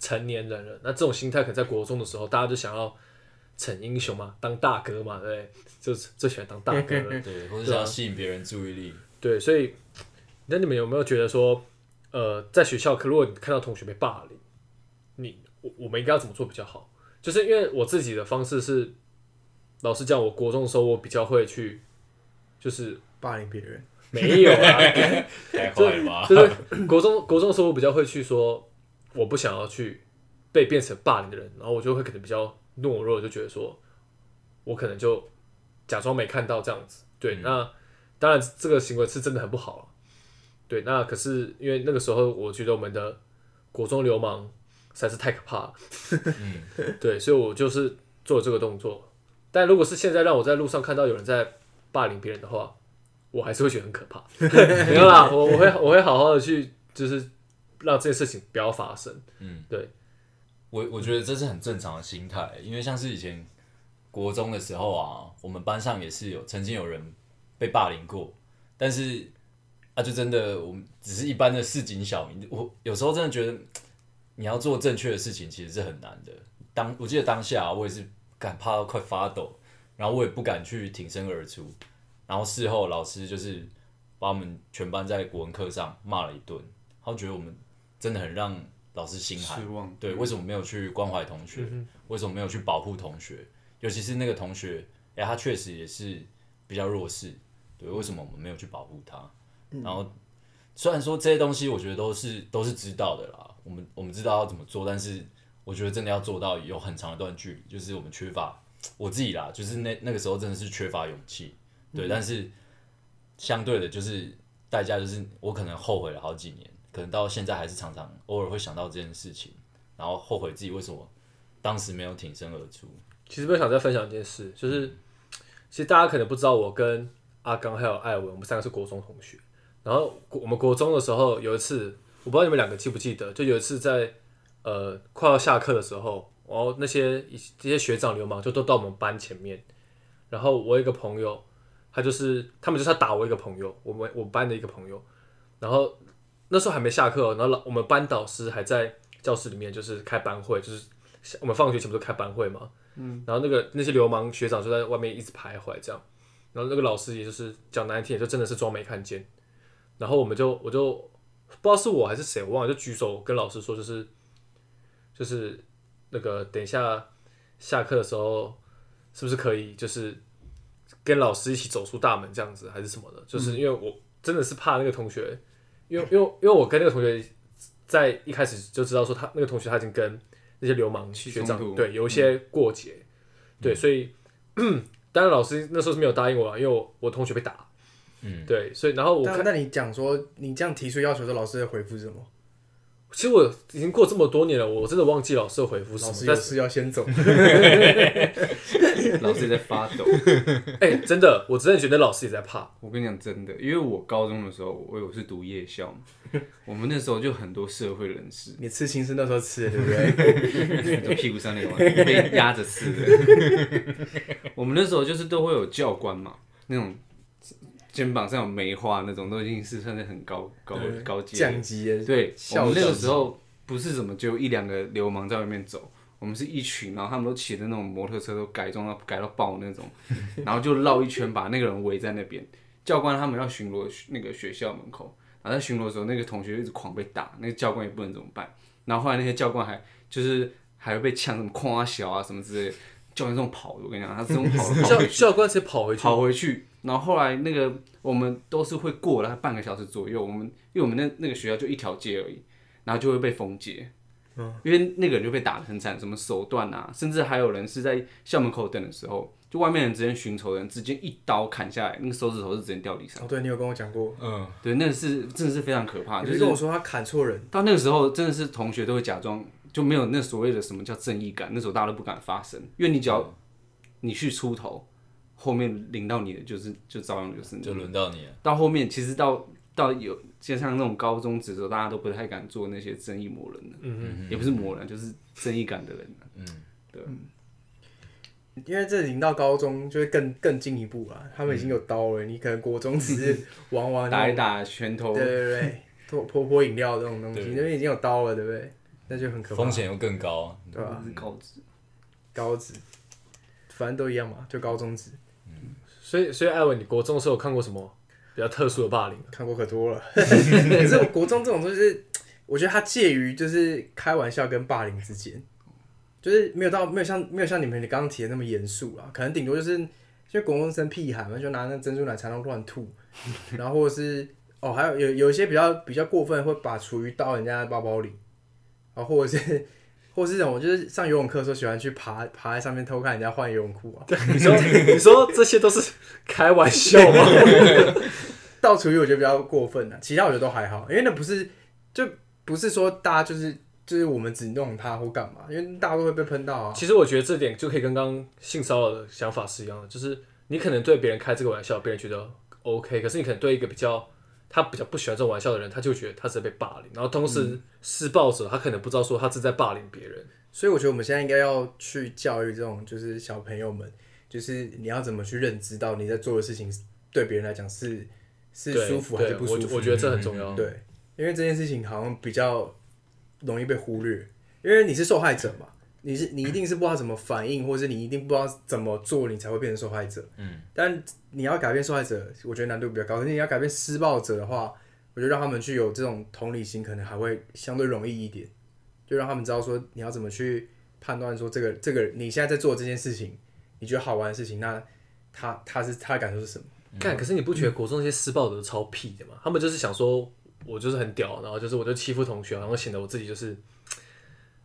[SPEAKER 1] 成年人了，那这种心态可能在国中的时候，大家就想要逞英雄嘛，当大哥嘛，对不对？就是最喜欢当大哥了。
[SPEAKER 4] 对，或者
[SPEAKER 1] 对
[SPEAKER 4] 想
[SPEAKER 1] 啊
[SPEAKER 4] 要吸引别人注意 <laughs> 力。
[SPEAKER 1] 对，所以那你们有没有觉得说，呃，在学校，可如果你看到同学被霸凌，你我我们应该要怎么做比较好？就是因为我自己的方式是，老实讲，我国中的时候我比较会去，就是
[SPEAKER 3] 霸凌别人，
[SPEAKER 1] 没有
[SPEAKER 4] <laughs>
[SPEAKER 1] 啊， <laughs>
[SPEAKER 4] 太坏了吧！
[SPEAKER 1] 就是国中国中的时候我比较会去说，我不想要去被变成霸凌的人，然后我就会可能比较懦弱，就觉得说我可能就假装没看到这样子。对，那当然这个行为是真的很不好了。对，那可是因为那个时候我觉得我们的国中流氓实在是太可怕了， <laughs> 对，所以我就是做了这个动作。但如果是现在让我在路上看到有人在霸凌别人的话，我还是会觉得很可怕。没有啦，我我会我会好好的去，就是让这件事情不要发生。
[SPEAKER 4] 我我觉得这是很正常的心态，因为像是以前国中的时候啊，我们班上也是有曾经有人被霸凌过，但是啊，就真的我们只是一般的市井小民，我有时候真的觉得嘖你要做正确的事情其实是很难的。当我记得当下啊、我也是敢怕到快发抖，然后我也不敢去挺身而出，然后事后老师就是把我们全班在国文课上骂了一顿，他觉得我们真的很让老师心寒
[SPEAKER 2] 失。望。
[SPEAKER 4] 对，为什么没有去关怀同学？为什么没有去保护同学？尤其是那个同学，哎、他确实也是比较弱势，对，为什么我们没有去保护他？然后，虽然说这些东西，我觉得都是都是知道的啦，我们我们知道要怎么做，但是我觉得真的要做到有很长一段距离，就是我们缺乏我自己啦，就是那那个时候真的是缺乏勇气，对，但是相对的，就是代价就是我可能后悔了好几年，可能到现在还是常常偶尔会想到这件事情。然后后悔自己为什么当时没有挺身而出。
[SPEAKER 1] 其实我想再分享一件事，就是其实大家可能不知道，我跟阿刚还有艾文，我们三个是国中同学。然后我们国中的时候有一次，我不知道你们两个记不记得，就有一次在呃快要下课的时候，然后那些一这些学长流氓就都到我们班前面，然后我有一个朋友，他就是他们就是要打我一个朋友，我们我们班的一个朋友，然后那时候还没下课哦、然后老我们班导师还在教室里面就是开班会，就是我们放学全部都开班会嘛，然后那个那些流氓学长就在外面一直徘徊这样，然后那个老师也就是讲难听，也就真的是装没看见。然后我们就我就不知道是我还是谁，我忘了，就举手跟老师说，就是就是那个等一下下课的时候，是不是可以就是跟老师一起走出大门这样子，还是什么的？就是因为我真的是怕那个同学，因为因为因为我跟那个同学在一开始就知道说他那个同学他已经跟那些流氓
[SPEAKER 2] 起
[SPEAKER 1] 学
[SPEAKER 2] 冲
[SPEAKER 1] 长
[SPEAKER 2] 突嗯
[SPEAKER 1] 对有一些过节，对，所以当然老师那时候是没有答应我啊，因为我我同学被打，
[SPEAKER 4] 嗯，
[SPEAKER 1] 对，所以然后我
[SPEAKER 3] 但
[SPEAKER 1] 看，
[SPEAKER 3] 那你讲说你这样提出要求的时候，老师的回复是什么？
[SPEAKER 1] 其实我已经过这么多年了，我真的忘记老师的回复是什
[SPEAKER 3] 老
[SPEAKER 1] 么
[SPEAKER 3] 师，有
[SPEAKER 1] 但是
[SPEAKER 3] 事
[SPEAKER 1] <laughs>
[SPEAKER 3] 要先走。
[SPEAKER 2] 老师也在发抖。 <laughs>
[SPEAKER 1] 哎、真的，我真的觉得老师也在怕，
[SPEAKER 2] 我跟你讲真的，因为我高中的时候，我我是读夜校嘛，我们那时候就很多社会人士，
[SPEAKER 3] 你刺青是那时候刺的，对不对？
[SPEAKER 2] 就屁股上那个嘛被压着吃的。我们那时候就是都会有教官嘛，那种肩膀上有梅花那种，都已经是算是很高高高阶的
[SPEAKER 3] 降级耶。
[SPEAKER 2] 对，
[SPEAKER 3] 校
[SPEAKER 2] 我们那个
[SPEAKER 3] 长
[SPEAKER 2] 时候不是怎么就一两个流氓在外面走，我们是一群，然后他们都骑着那种摩托车，都改装到改到爆那种，然后就绕一圈把那个人围在那边。教官他们要巡逻那个学校门口，然后在巡逻的时候，那个同学就一直狂被打，那个教官也不能怎么办。然后后来那些教官还就是还会被呛什么夸小啊什么之类的，教官这种跑的，我跟你讲，他这种跑的跑
[SPEAKER 1] 教
[SPEAKER 2] 回去
[SPEAKER 1] 教官直接跑回去，
[SPEAKER 2] 跑回去。然后后来那个我们都是会过了半个小时左右，我们因为我们那那个学校就一条街而已，然后就会被封街。
[SPEAKER 3] 嗯
[SPEAKER 2] 因为那个人就被打得很惨，什么手段啊，甚至还有人是在校门口等的时候，就外面人直接寻仇的人直接一刀砍下来，那个手指头是直接掉地上。
[SPEAKER 3] 哦，对，你有跟我讲过，
[SPEAKER 1] 啊
[SPEAKER 4] 嗯，
[SPEAKER 2] 对，那个是真的是非常可怕。
[SPEAKER 3] 你
[SPEAKER 2] 就
[SPEAKER 3] 不是
[SPEAKER 2] 是
[SPEAKER 3] 跟我说他砍错人，
[SPEAKER 2] 到那个时候，真的是同学都会假装就没有那所谓的什么叫正义感，那时候大家都不敢发声，因为你只
[SPEAKER 3] 嗯
[SPEAKER 2] 要你去出头，后面领到你的就是就照样就是你
[SPEAKER 4] 就轮到你了。
[SPEAKER 2] 到后面，其实到到有就像那种高中职的时候，大家都不太敢做那些正义魔人了，嗯也不是魔人，就是正义感的人啊了。
[SPEAKER 3] 因为这零到高中就会更更进一步了。他们已经有刀了，你可能国中只是玩玩
[SPEAKER 2] 打一
[SPEAKER 3] 那
[SPEAKER 2] 打拳头
[SPEAKER 3] 种，对对对对，泼泼泼饮料这种东西，那边已经有刀了，对不对？那就很可怕
[SPEAKER 4] 风，险又更高，
[SPEAKER 3] 对吧？
[SPEAKER 2] 是高职，
[SPEAKER 3] 高职，反正都一样嘛，就高中职，
[SPEAKER 1] 所以所以艾文，你国中的时候有看过什么比较特殊的霸凌？
[SPEAKER 3] 看过可多了。可是我国中这种东西是，我觉得它介于就是开玩笑跟霸凌之间，就是没有到没有像没有像你们刚刚提的那么严肃啊，可能顶多就是就国中生屁孩嘛，就拿那珍珠奶茶然后乱吐，然后或者是哦，还有有有一些比较比较过分，会把厨余倒人家的包包里，然后或者是。或是这种就是上游泳课的时候喜欢去爬爬在上面偷看人家换游泳裤啊，
[SPEAKER 1] 你说你说这些都是开玩笑吗？
[SPEAKER 3] 倒厨余我觉得比较过分了、啊其他我觉得都还好，因为那不是就不是说大家就是就是我们只弄他或干嘛，因为大家都会被喷到啊。
[SPEAKER 1] 其实我觉得这点就可以跟刚刚性骚扰的想法是一样的，就是你可能对别人开这个玩笑，别人觉得 OK，可是你可能对一个比较他比较不喜欢这种玩笑的人，他就觉得他是被霸凌，然后同
[SPEAKER 3] 嗯
[SPEAKER 1] 时施暴者他可能不知道说他是在霸凌别人，
[SPEAKER 3] 所以我觉得我们现在应该要去教育这种就是小朋友们，就是你要怎么去认知到你在做的事情是对别人来讲是是
[SPEAKER 1] 对
[SPEAKER 3] 舒服还是
[SPEAKER 1] 对
[SPEAKER 3] 不舒服
[SPEAKER 1] 我我觉得这很重要。
[SPEAKER 3] 对，因为这件事情好像比较容易被忽略，因为你是受害者嘛，你是你一定是不知道怎么反应，或者是你一定不知道怎么做，你才会变成受害者。嗯，但你要改变受害者，我觉得难度比较高。可是你要改变施暴者的话，我觉得让他们去有这种同理心，可能还会相对容易一点，就让他们知道说你要怎么去判断说这个这个你现在在做这件事情，你觉得好玩的事情，那他他是他的感受是什么？
[SPEAKER 1] 干，可是你不
[SPEAKER 3] 嗯
[SPEAKER 1] 觉得国中那些施暴者都超屁的吗？他们就是想说，我就是很屌，然后就是我就欺负同学，然后显得我自己就是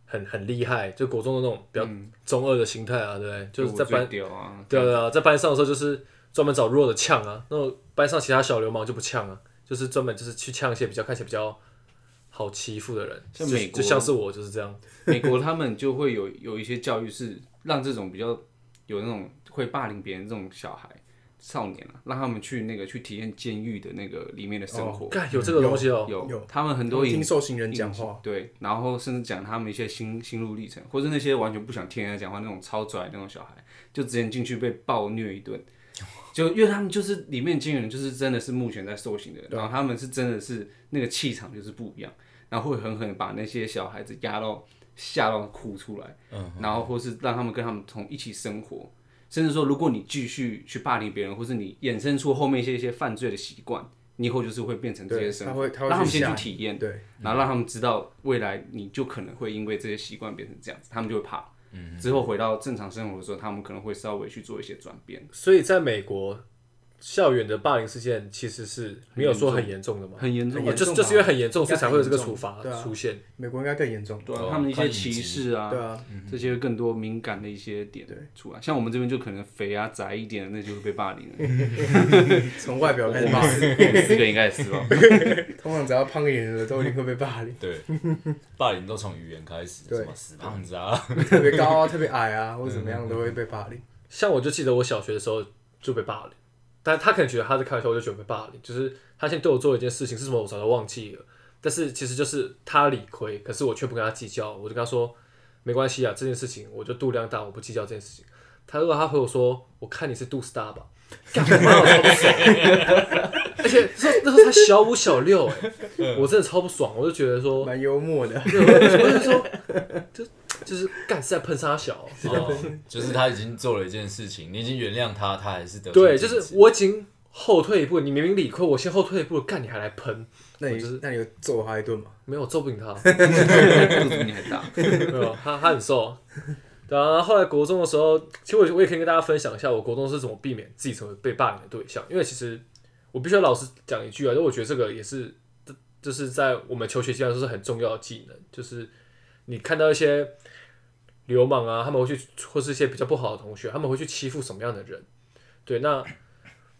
[SPEAKER 1] 很很厉害，就国中的那种比较
[SPEAKER 3] 嗯
[SPEAKER 1] 中二的心态啊，对不对？就是在班
[SPEAKER 2] 我最屌啊，
[SPEAKER 1] 对啊，对啊，在班上的时候就是专门找弱的呛啊，那种班上其他小流氓就不呛啊，就是专门就是去呛一些比较看起来比较好欺负的人，
[SPEAKER 2] 像
[SPEAKER 1] 就
[SPEAKER 2] 美
[SPEAKER 1] 就
[SPEAKER 2] 国
[SPEAKER 1] 像是我就是这样，
[SPEAKER 2] 美国他们就会有有一些教育是让这种比较有那种会霸凌别人这种小孩少年啊，让他们去那个去体验监狱的那个里面的生活。
[SPEAKER 1] 干有这个东西哦，
[SPEAKER 2] 有
[SPEAKER 3] 有
[SPEAKER 2] 他们很
[SPEAKER 3] 他
[SPEAKER 2] 多
[SPEAKER 3] 们听
[SPEAKER 2] 影
[SPEAKER 3] 受刑人讲话，
[SPEAKER 2] 对，然后甚至讲他们一些心心路历程，或者那些完全不想听人家讲话那种超拽那种小孩，就直接进去被暴虐一顿。就因为他们就是里面经纪人，就是真的是目前在受刑的人，然后他们是真的是那个气场就是不一样，然后会狠狠地把那些小孩子压到吓到哭出来，
[SPEAKER 3] 嗯
[SPEAKER 2] 然后或是让他们跟他们同一起生活，甚至说如果你继续去霸凌别人，或是你衍生出后面一些一些犯罪的习惯，你以后就是会变成这些
[SPEAKER 3] 对
[SPEAKER 2] 生
[SPEAKER 3] 他
[SPEAKER 2] 活，
[SPEAKER 3] 会他会
[SPEAKER 2] 让他们
[SPEAKER 3] 去
[SPEAKER 2] 先
[SPEAKER 3] 吓
[SPEAKER 2] 去体验。
[SPEAKER 3] 对。
[SPEAKER 2] 然后让他们知道未来你就可能会因为这些习惯变成这样子，他们就会怕。之后回到正常生活的时候，他们可能会稍微去做一些转变。
[SPEAKER 3] 嗯
[SPEAKER 1] 所以在美国。校园的霸凌事件其实是没有说很严重的嘛，
[SPEAKER 2] 很严重
[SPEAKER 1] 哦就是
[SPEAKER 3] 很严
[SPEAKER 1] 就
[SPEAKER 3] 重吧
[SPEAKER 1] 是因为很严重，所以才会有这个
[SPEAKER 3] 应该很
[SPEAKER 1] 处
[SPEAKER 3] 严重
[SPEAKER 1] 罚
[SPEAKER 3] 对啊
[SPEAKER 1] 出现。
[SPEAKER 3] 美国应该更严重。
[SPEAKER 2] 对、
[SPEAKER 4] 对啊
[SPEAKER 2] 他们一
[SPEAKER 4] 看
[SPEAKER 2] 些
[SPEAKER 4] 影集，
[SPEAKER 2] 歧视啊，
[SPEAKER 3] 对啊，
[SPEAKER 2] 这些更多敏感的一些点出来。像我们这边就可能肥啊、宅一点的，那就是被霸
[SPEAKER 3] <laughs>
[SPEAKER 2] 凌了。
[SPEAKER 3] 从外表
[SPEAKER 2] 我
[SPEAKER 3] 开始
[SPEAKER 2] 们
[SPEAKER 3] 霸凌，
[SPEAKER 2] 四我们四个应该也是
[SPEAKER 3] <laughs>
[SPEAKER 2] 吧？
[SPEAKER 3] 通常只要胖一点的都一定会被霸凌
[SPEAKER 1] <laughs>
[SPEAKER 4] 对，霸凌都从语言开始，
[SPEAKER 3] 对
[SPEAKER 4] 什么死胖子啊，
[SPEAKER 3] 特别高啊、特别矮啊，或者怎么样都会
[SPEAKER 1] <laughs>
[SPEAKER 3] 被霸凌。
[SPEAKER 1] 像我就记得我小学的时候就被霸凌，但他可能觉得他在开玩笑，我就觉得被霸凌，就是他先对我做了一件事情，是什么我早就忘记了，但是其实就是他理亏，可是我却不跟他计较，我就跟他说没关系啊，这件事情我就肚量大，我不计较这件事情。他如果他回我说，我看你是肚子大吧，干嘛我超不爽， <laughs> 而且那时候那时候才小五小六哎、我真的超不爽，我就觉得说， <laughs>
[SPEAKER 3] 蛮幽默的，
[SPEAKER 1] 我就说， <laughs> 就就是干是在喷沙小哦、
[SPEAKER 4] 哦就是他已经做了一件事情，你已经原谅他，他还是得
[SPEAKER 1] 对，
[SPEAKER 4] 寸
[SPEAKER 1] 就
[SPEAKER 4] 进
[SPEAKER 1] 是
[SPEAKER 4] 尺
[SPEAKER 1] 我已经后退一步，你明明理亏，我先后退一步，干你还来喷，
[SPEAKER 3] 那
[SPEAKER 1] 我就是
[SPEAKER 3] 你那你有揍他一顿吗？
[SPEAKER 1] 没有我揍不赢他，
[SPEAKER 2] 肚子比你还大。
[SPEAKER 1] 没有 <laughs> 他他很瘦。对啊，然后后来国中的时候，其实我我也可以跟大家分享一下，我国中是怎么避免自己成为被霸凌的对象。因为其实我必须要老实讲一句啊，就我觉得这个也是，就是在我们求学阶段都是很重要的技能，就是你看到一些流氓啊，他们会去或是一些比较不好的同学，他们会去欺负什么样的人？对，那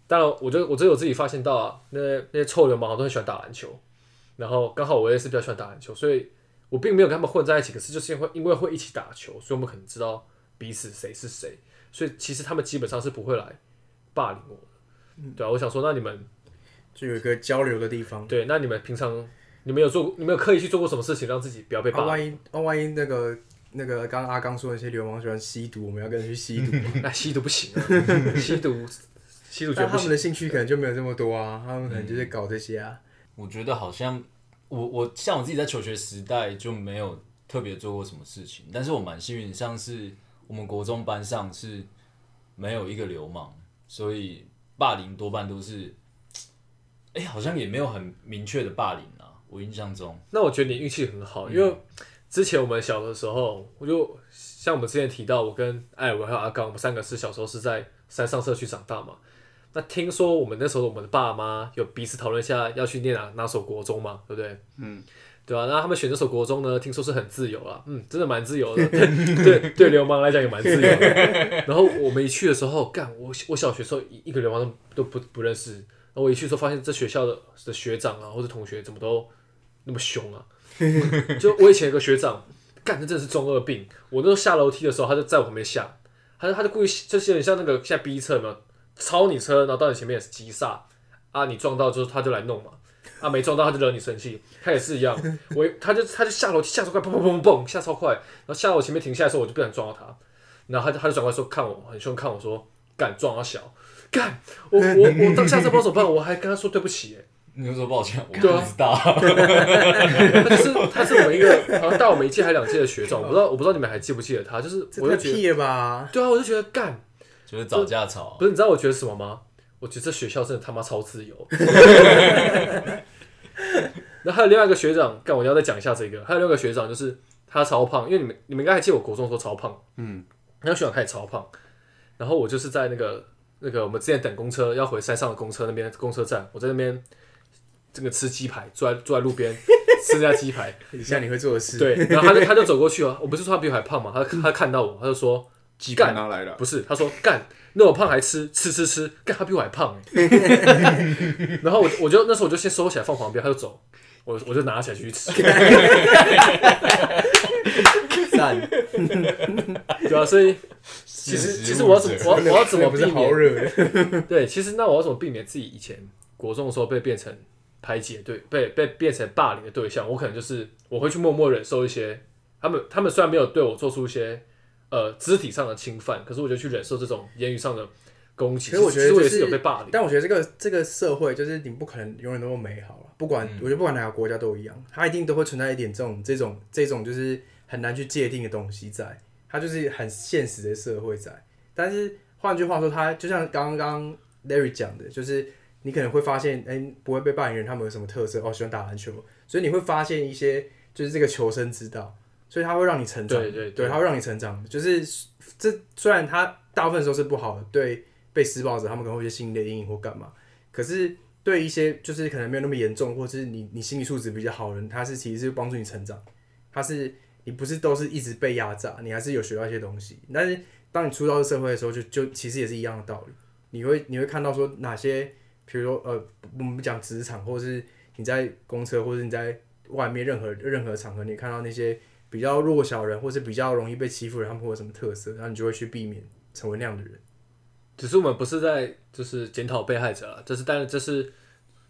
[SPEAKER 1] 当然，我就我只有自己发现到啊，那那些臭流氓都很喜欢打篮球，然后刚好我也是比较喜欢打篮球，所以我并没有跟他们混在一起，可是就是因为因为会一起打球，所以我们可能知道彼此谁是谁，所以其实他们基本上是不会来霸凌我
[SPEAKER 3] 嗯
[SPEAKER 1] 的，对啊，我想说，那你们
[SPEAKER 3] 就有一个交流的地方。
[SPEAKER 1] 对，那你们平常你们有做过，你们有刻意去做过什么事情让自己不要被
[SPEAKER 3] 啊，
[SPEAKER 1] 霸凌？
[SPEAKER 3] 万一啊，万一那个那个刚刚阿刚说的那些流氓喜欢吸毒，我们要跟着去
[SPEAKER 1] <laughs>
[SPEAKER 3] 吸毒，
[SPEAKER 1] 那、吸毒不行、啊，吸毒吸毒绝
[SPEAKER 3] 但
[SPEAKER 1] 对不
[SPEAKER 3] 他们
[SPEAKER 1] 行。嗯
[SPEAKER 3] 的兴趣可能就没有这么多啊，他们可能就是搞这些啊。
[SPEAKER 4] 我觉得好像我我像我自己在求学时代就没有特别做过什么事情，但是我蛮幸运，像是我们国中班上是没有一个流氓，所以霸凌多半都是，哎、好像也没有很明确的霸凌啊，我印象中，
[SPEAKER 1] 那我觉得你运气很好，因为之前我们小的时候，我就像我们之前提到，我跟艾尔文还有阿刚，我们三个是小时候是在山上社区长大嘛。那听说我们那时候我们的爸妈有彼此讨论一下要去念哪哪所国中嘛，对不对？嗯。对吧、那他们选这首国中呢，听说是很自由啦，嗯，真的蛮自由的，对 <laughs> 对，流氓来讲也蛮自由的。然后我们一去的时候，干我我小学时候一一个流氓都都不不认识，然后我一去的时候发现这学校的的学长啊或者同学怎么都那么凶啊， <laughs> 就我以前有个学长，干这真的是中二病，我那时候下楼梯的时候他就在我旁边下，他就他就故意就是有点像那个现在逼车有没有，超你车，然后到你前面也是急刹啊，你撞到就是他就来弄嘛。啊，没撞到他就惹你生气，他也是一样，我他就他就下楼梯下超快，砰砰砰砰砰下超快，然后下到我前面停下来的时候，我就不想撞到他，然后他就他就转过来说看我很凶看我说敢撞到小干，我我我当下这不知道怎么办，我还跟他说对不起、欸，
[SPEAKER 4] 你就说抱歉，我不
[SPEAKER 1] 对啊
[SPEAKER 4] 知道。
[SPEAKER 1] <laughs> 他就是他是我们一个好像大我们一届还两届的学长，我不知道我不知道你们还记不记得他，就是
[SPEAKER 3] 这
[SPEAKER 1] 我
[SPEAKER 3] 太
[SPEAKER 1] 就觉得
[SPEAKER 3] 屁了吧？
[SPEAKER 1] 对啊，我就觉得干
[SPEAKER 4] <laughs> 就是找架吵，啊
[SPEAKER 1] 不是你知道我觉得什么吗？我觉得这学校真的他妈超自由。 <laughs> 然后还有另外一个学长，干我要再讲一下这个，还有另外一个学长就是他超胖，因为你们你们应该还记得我国中的时候超胖，
[SPEAKER 2] 嗯，
[SPEAKER 1] 那个学长他也超胖，然后我就是在那个那个我们之前等公车要回山上的公车那边公车站，我在那边这个吃鸡排，坐在坐在路边吃人家鸡排，
[SPEAKER 3] 以下你会做的事，，
[SPEAKER 1] 对，然后他就他就走过去了，哦我不是说他比我还胖嘛，他他看到我，他就说
[SPEAKER 2] 鸡排拿来了，
[SPEAKER 1] 不是，他说干，那么胖还吃，吃吃吃，干他比我还胖欸 <laughs> 然后我我就那时候我就先收起来放旁边，他就走，我我就拿起来去吃，
[SPEAKER 3] 赞，
[SPEAKER 1] 对啊，所以其实其实我要怎么我要我要怎么
[SPEAKER 3] 不
[SPEAKER 1] 避
[SPEAKER 3] 是好
[SPEAKER 1] 免？
[SPEAKER 3] 惹的？
[SPEAKER 1] 对，其实那我要怎么避免自己以前国中的时候被变成排挤的对被被变成霸凌的对象？我可能就是我会去默默忍受一些他们他们虽然没有对我做出一些呃肢体上的侵犯，可是我就去忍受这种言语上的攻击。
[SPEAKER 3] 可是我觉得
[SPEAKER 1] 其实我也
[SPEAKER 3] 就是
[SPEAKER 1] 是有被霸凌。
[SPEAKER 3] 但我觉得这个这个社会就是你不可能永远都那么美好了，不
[SPEAKER 1] 嗯
[SPEAKER 3] 管、我觉得不管哪个国家都一样，它一定都会存在一点这种这种这种就是很难去界定的东西在，它就是很现实的社会在。但是换句话说，它就像刚刚 Larry 讲的，就是你可能会发现，哎、不会被霸凌人他们有什么特色？哦，喜欢打篮球，所以你会发现一些就是这个求生之道，所以它会让你成长，
[SPEAKER 1] 对对对
[SPEAKER 3] 它会让你成长。就是这虽然它大部分时候是不好的，对被施暴者他们可能会有一些心理的阴影或干嘛，可是对一些就是可能没有那么严重，或是你你心理素质比较好的人，他是其实是帮助你成长，他是你不是都是一直被压榨，你还是有学到一些东西，但是。当你出到社会的时候就，就其实也是一样的道理。你会你会看到说哪些，比如说呃，我们讲职场，或是你在公车，或是你在外面任何任何场合，你看到那些比较弱小人，或是比较容易被欺负的人，他们会有什么特色，然后你就会去避免成为那样的人。
[SPEAKER 1] 只是我们不是在就是检讨被害者啊，这是当然这是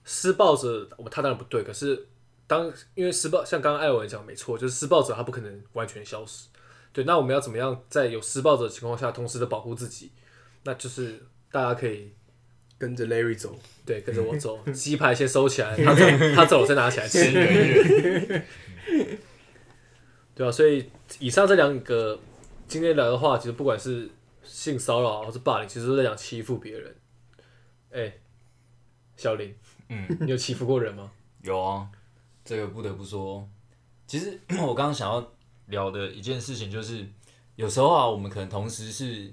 [SPEAKER 1] 施暴者，我他当然不对，可是当因为施暴像刚刚艾文讲没错，就是施暴者他不可能完全消失，对，那我们要怎么样在有施暴者的情况下，同时的保护自己，那就是大家可以。
[SPEAKER 3] 跟着 Larry 走，
[SPEAKER 1] 对，跟着我走，鸡排先收起来，他走，他走了再拿起来吃。 <laughs> 对啊，所以以上这两个今天聊的话，其实不管是性骚扰啊或是霸凌，其实都在讲欺负别人。哎、小林，
[SPEAKER 4] 嗯，
[SPEAKER 1] 你有欺负过人吗？
[SPEAKER 4] 有啊，这个不得不说，其实 <clears throat> 我刚刚想要聊的一件事情就是，有时候啊，我们可能同时是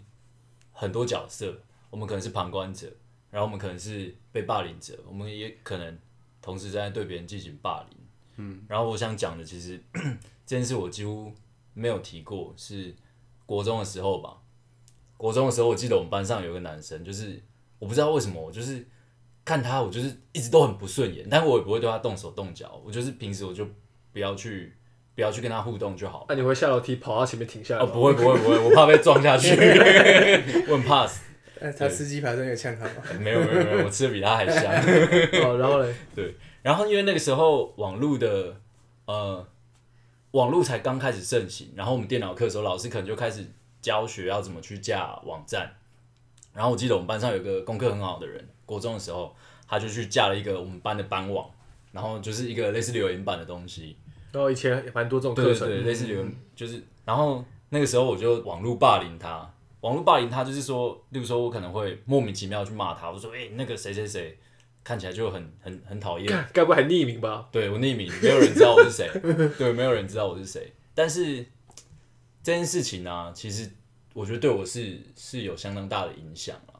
[SPEAKER 4] 很多角色，我们可能是旁观者，然后我们可能是被霸凌者，我们也可能同时在对别人进行霸凌。嗯，然后我想讲的，其实 <clears throat> 这件事我几乎没有提过，是国中的时候吧。国中的时候，我记得我们班上有一个男生，就是我不知道为什么，我就是看他，我就是一直都很不顺眼，但我也不会对他动手动脚，我就是平时我就不要去不要去跟他互动就好。
[SPEAKER 1] 那、你会下楼梯跑到前面停下来
[SPEAKER 4] 哦，
[SPEAKER 1] 吗？
[SPEAKER 4] 不会不会不会，我怕被撞下去，我很怕死。
[SPEAKER 3] 但哎他司机牌真的有呛他吗？
[SPEAKER 4] 没有没有没有，我吃的比他还香。
[SPEAKER 1] 哦，然后嘞，
[SPEAKER 4] 然后因为那个时候网络的呃网络才刚开始盛行，然后我们电脑课的时候，老师可能就开始教学要怎么去架网站。然后我记得我们班上有个功课很好的人，国中的时候他就去架了一个我们班的班网，然后就是一个类似留言板的东西。
[SPEAKER 1] <laughs> 然后以前也蛮多这种
[SPEAKER 4] 对
[SPEAKER 1] 课
[SPEAKER 4] 对
[SPEAKER 1] 程，
[SPEAKER 4] 对，类似留言就是，然后那个时候我就网络霸凌他，网络霸凌他就是说，例如说我可能会莫名其妙去骂他，我说哎、那个谁谁谁看起来就很很很讨厌，
[SPEAKER 1] 干该不会还匿名吧？
[SPEAKER 4] 对我匿名，没有人知道我是谁，对，没有人知道我是谁。但是这件事情呢、啊其实我觉得对我是是有相当大的影响啊。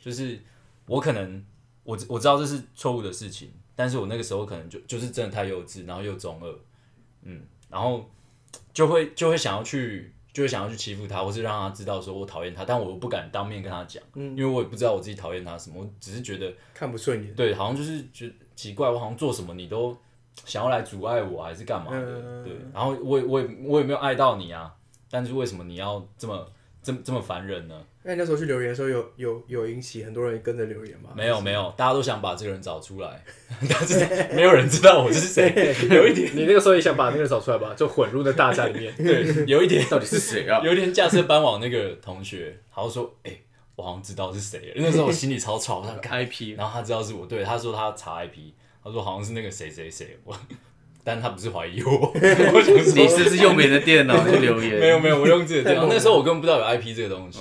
[SPEAKER 4] 就是我可能我知我知道这是错误的事情，但是我那个时候可能就就是真的太幼稚，然后又中二，嗯，然后就会就会想要去，就会想要去欺负他，或是让他知道说我讨厌他，但我又不敢当面跟他讲，因为我也不知道我自己讨厌他什么，我只是觉得
[SPEAKER 3] <laughs> 看不顺眼。
[SPEAKER 4] 对，好像就是觉得奇怪，我好像做什么你都想要来阻碍我，啊还是干嘛的？
[SPEAKER 3] 嗯
[SPEAKER 4] 对，然后我也我也我也没有爱到你啊，但是为什么你要这么这么这么烦人呢？
[SPEAKER 3] 哎那你那时候去留言的时候有，有有引起很多人跟着留言吗？
[SPEAKER 4] 没有没有，大家都想把这个人找出来， <laughs> 但是没有人知道我是谁，
[SPEAKER 2] <laughs>
[SPEAKER 4] 有一点。
[SPEAKER 1] 你那个时候也想把那个人找出来吧，就混入那大家里面
[SPEAKER 4] <laughs> 对，有一点
[SPEAKER 2] 到底是谁啊？
[SPEAKER 4] 有一天架车搬往那个同学，然后说：“哎、我好像知道是谁了。”那时候我心里超吵，我想看。
[SPEAKER 2] IP
[SPEAKER 4] 然后他知道是我，对，他说他查 IP，他说好像是那个谁谁谁，我， <laughs> 但他不是怀疑我，我想
[SPEAKER 2] 你
[SPEAKER 4] 说
[SPEAKER 2] 是不是用别人的电脑去留言？
[SPEAKER 4] 没有没有，我用自己的电脑，
[SPEAKER 3] 太猛了嗯
[SPEAKER 4] 那时候我根本不知道有 IP 这个东西，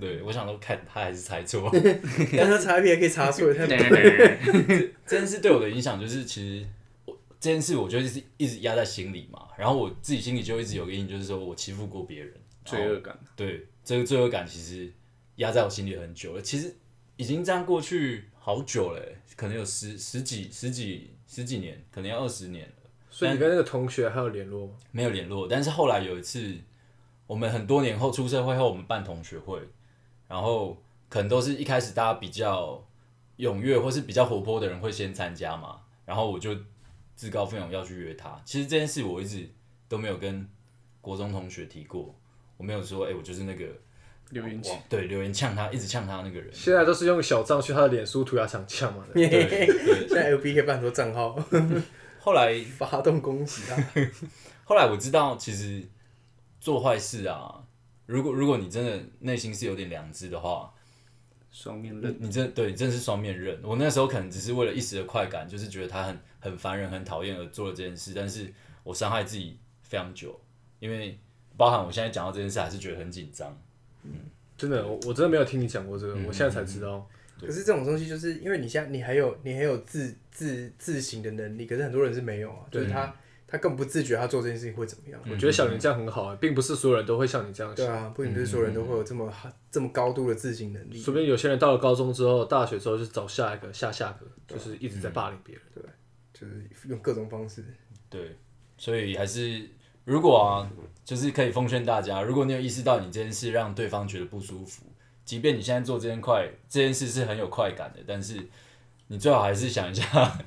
[SPEAKER 4] 对我想说看他还是猜错，
[SPEAKER 3] <laughs>
[SPEAKER 4] <laughs>
[SPEAKER 3] 但是查 IP 也可以查
[SPEAKER 1] <laughs>
[SPEAKER 3] 出
[SPEAKER 2] <laughs>
[SPEAKER 3] 来，
[SPEAKER 2] 对对
[SPEAKER 3] 他
[SPEAKER 2] 对对对
[SPEAKER 4] 这件事对我的影响就是，其实我这件事我觉得是一直压在心里嘛，然后我自己心里就一直有个阴影，就是说我欺负过别人，然后
[SPEAKER 2] 罪恶感，
[SPEAKER 4] 对，这个罪恶感其实压在我心里很久了，其实已经这样过去好久了欸，可能有十十几十几十几年，可能要二十年了，
[SPEAKER 1] 所以你跟那个同学还有联络吗？
[SPEAKER 4] 没有联络。但是后来有一次，我们很多年后出社会后，我们办同学会，然后可能都是一开始大家比较踊跃或是比较活泼的人会先参加嘛，然后我就自告奋勇要去约他。其实这件事我一直都没有跟国中同学提过，我没有说，哎、我就是那个。
[SPEAKER 2] 留言
[SPEAKER 4] 哇对留言呛他，一直呛他那个人。
[SPEAKER 1] 现在都是用小账去他的脸书涂鸦墙呛嘛。
[SPEAKER 4] 对对，
[SPEAKER 3] 现在 LB 可以办很多账号， <laughs>
[SPEAKER 4] 后来
[SPEAKER 3] 发动攻击啊！
[SPEAKER 4] 后来我知道，其实做坏事啊，如果如果你真的内心是有点良知的话，
[SPEAKER 2] 双面
[SPEAKER 4] 你
[SPEAKER 2] 刃，
[SPEAKER 4] 你真对你真的是双面刃。我那时候可能只是为了一时的快感，就是觉得他很很烦人、很讨厌而做了这件事，但是我伤害自己非常久，因为包含我现在讲到这件事，还是觉得很紧张。
[SPEAKER 1] 真的，我我真的没有听你讲过这个，我现在才知道。
[SPEAKER 4] 嗯
[SPEAKER 3] 可是这种东西，就是因为你现在你还有你还有自自自省的能力，可是很多人是没有啊，就是他他更不自觉他做这件事情会怎么样。
[SPEAKER 4] 嗯
[SPEAKER 1] 我觉得小林这样很好、啊，并不是所有人都会像你这样
[SPEAKER 3] 对
[SPEAKER 1] 想。
[SPEAKER 3] 啊，不仅不是所有人都会有这么这么高度的自省能力。
[SPEAKER 1] 说不定有些人到了高中之后、大学之后，就是找下一个、下下个，就是一直在霸凌别人。
[SPEAKER 3] 就是用各种方式。
[SPEAKER 4] 对，所以还是如果啊，就是可以奉劝大家，如果你有意识到你这件事让对方觉得不舒服，即便你现在做这件快这件事是很有快感的，但是你最好还是想一下，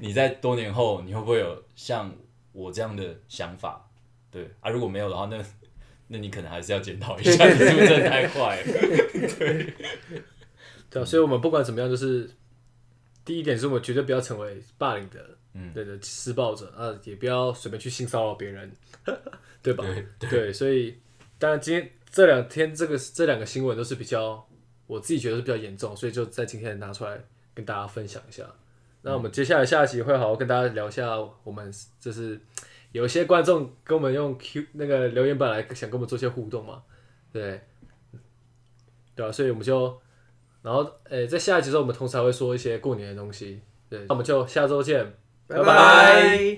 [SPEAKER 4] 你在多年后你会不会有像我这样的想法？对啊，如果没有的话，那那你可能还是要检讨一下，你是不是真的太坏了？
[SPEAKER 1] 对啊，所以我们不管怎么样，就是第一点是我们绝对不要成为霸凌的，嗯，对的施暴者啊，也不要随便去性骚扰别人，对吧？
[SPEAKER 4] 对
[SPEAKER 1] 对，所以当然今天这两天这个这两个新闻都是比较我自己觉得是比较严重，所以就在今天拿出来跟大家分享一下。那我们接下来下一集会好好跟大家聊一下，我们就是有一些观众跟我们用 Q 那个留言板来想跟我们做一些互动嘛，对，对啊，所以我们就然后呃在下一集的时候我们通常会说一些过年的东西，对，那我们就下周见，拜
[SPEAKER 3] 拜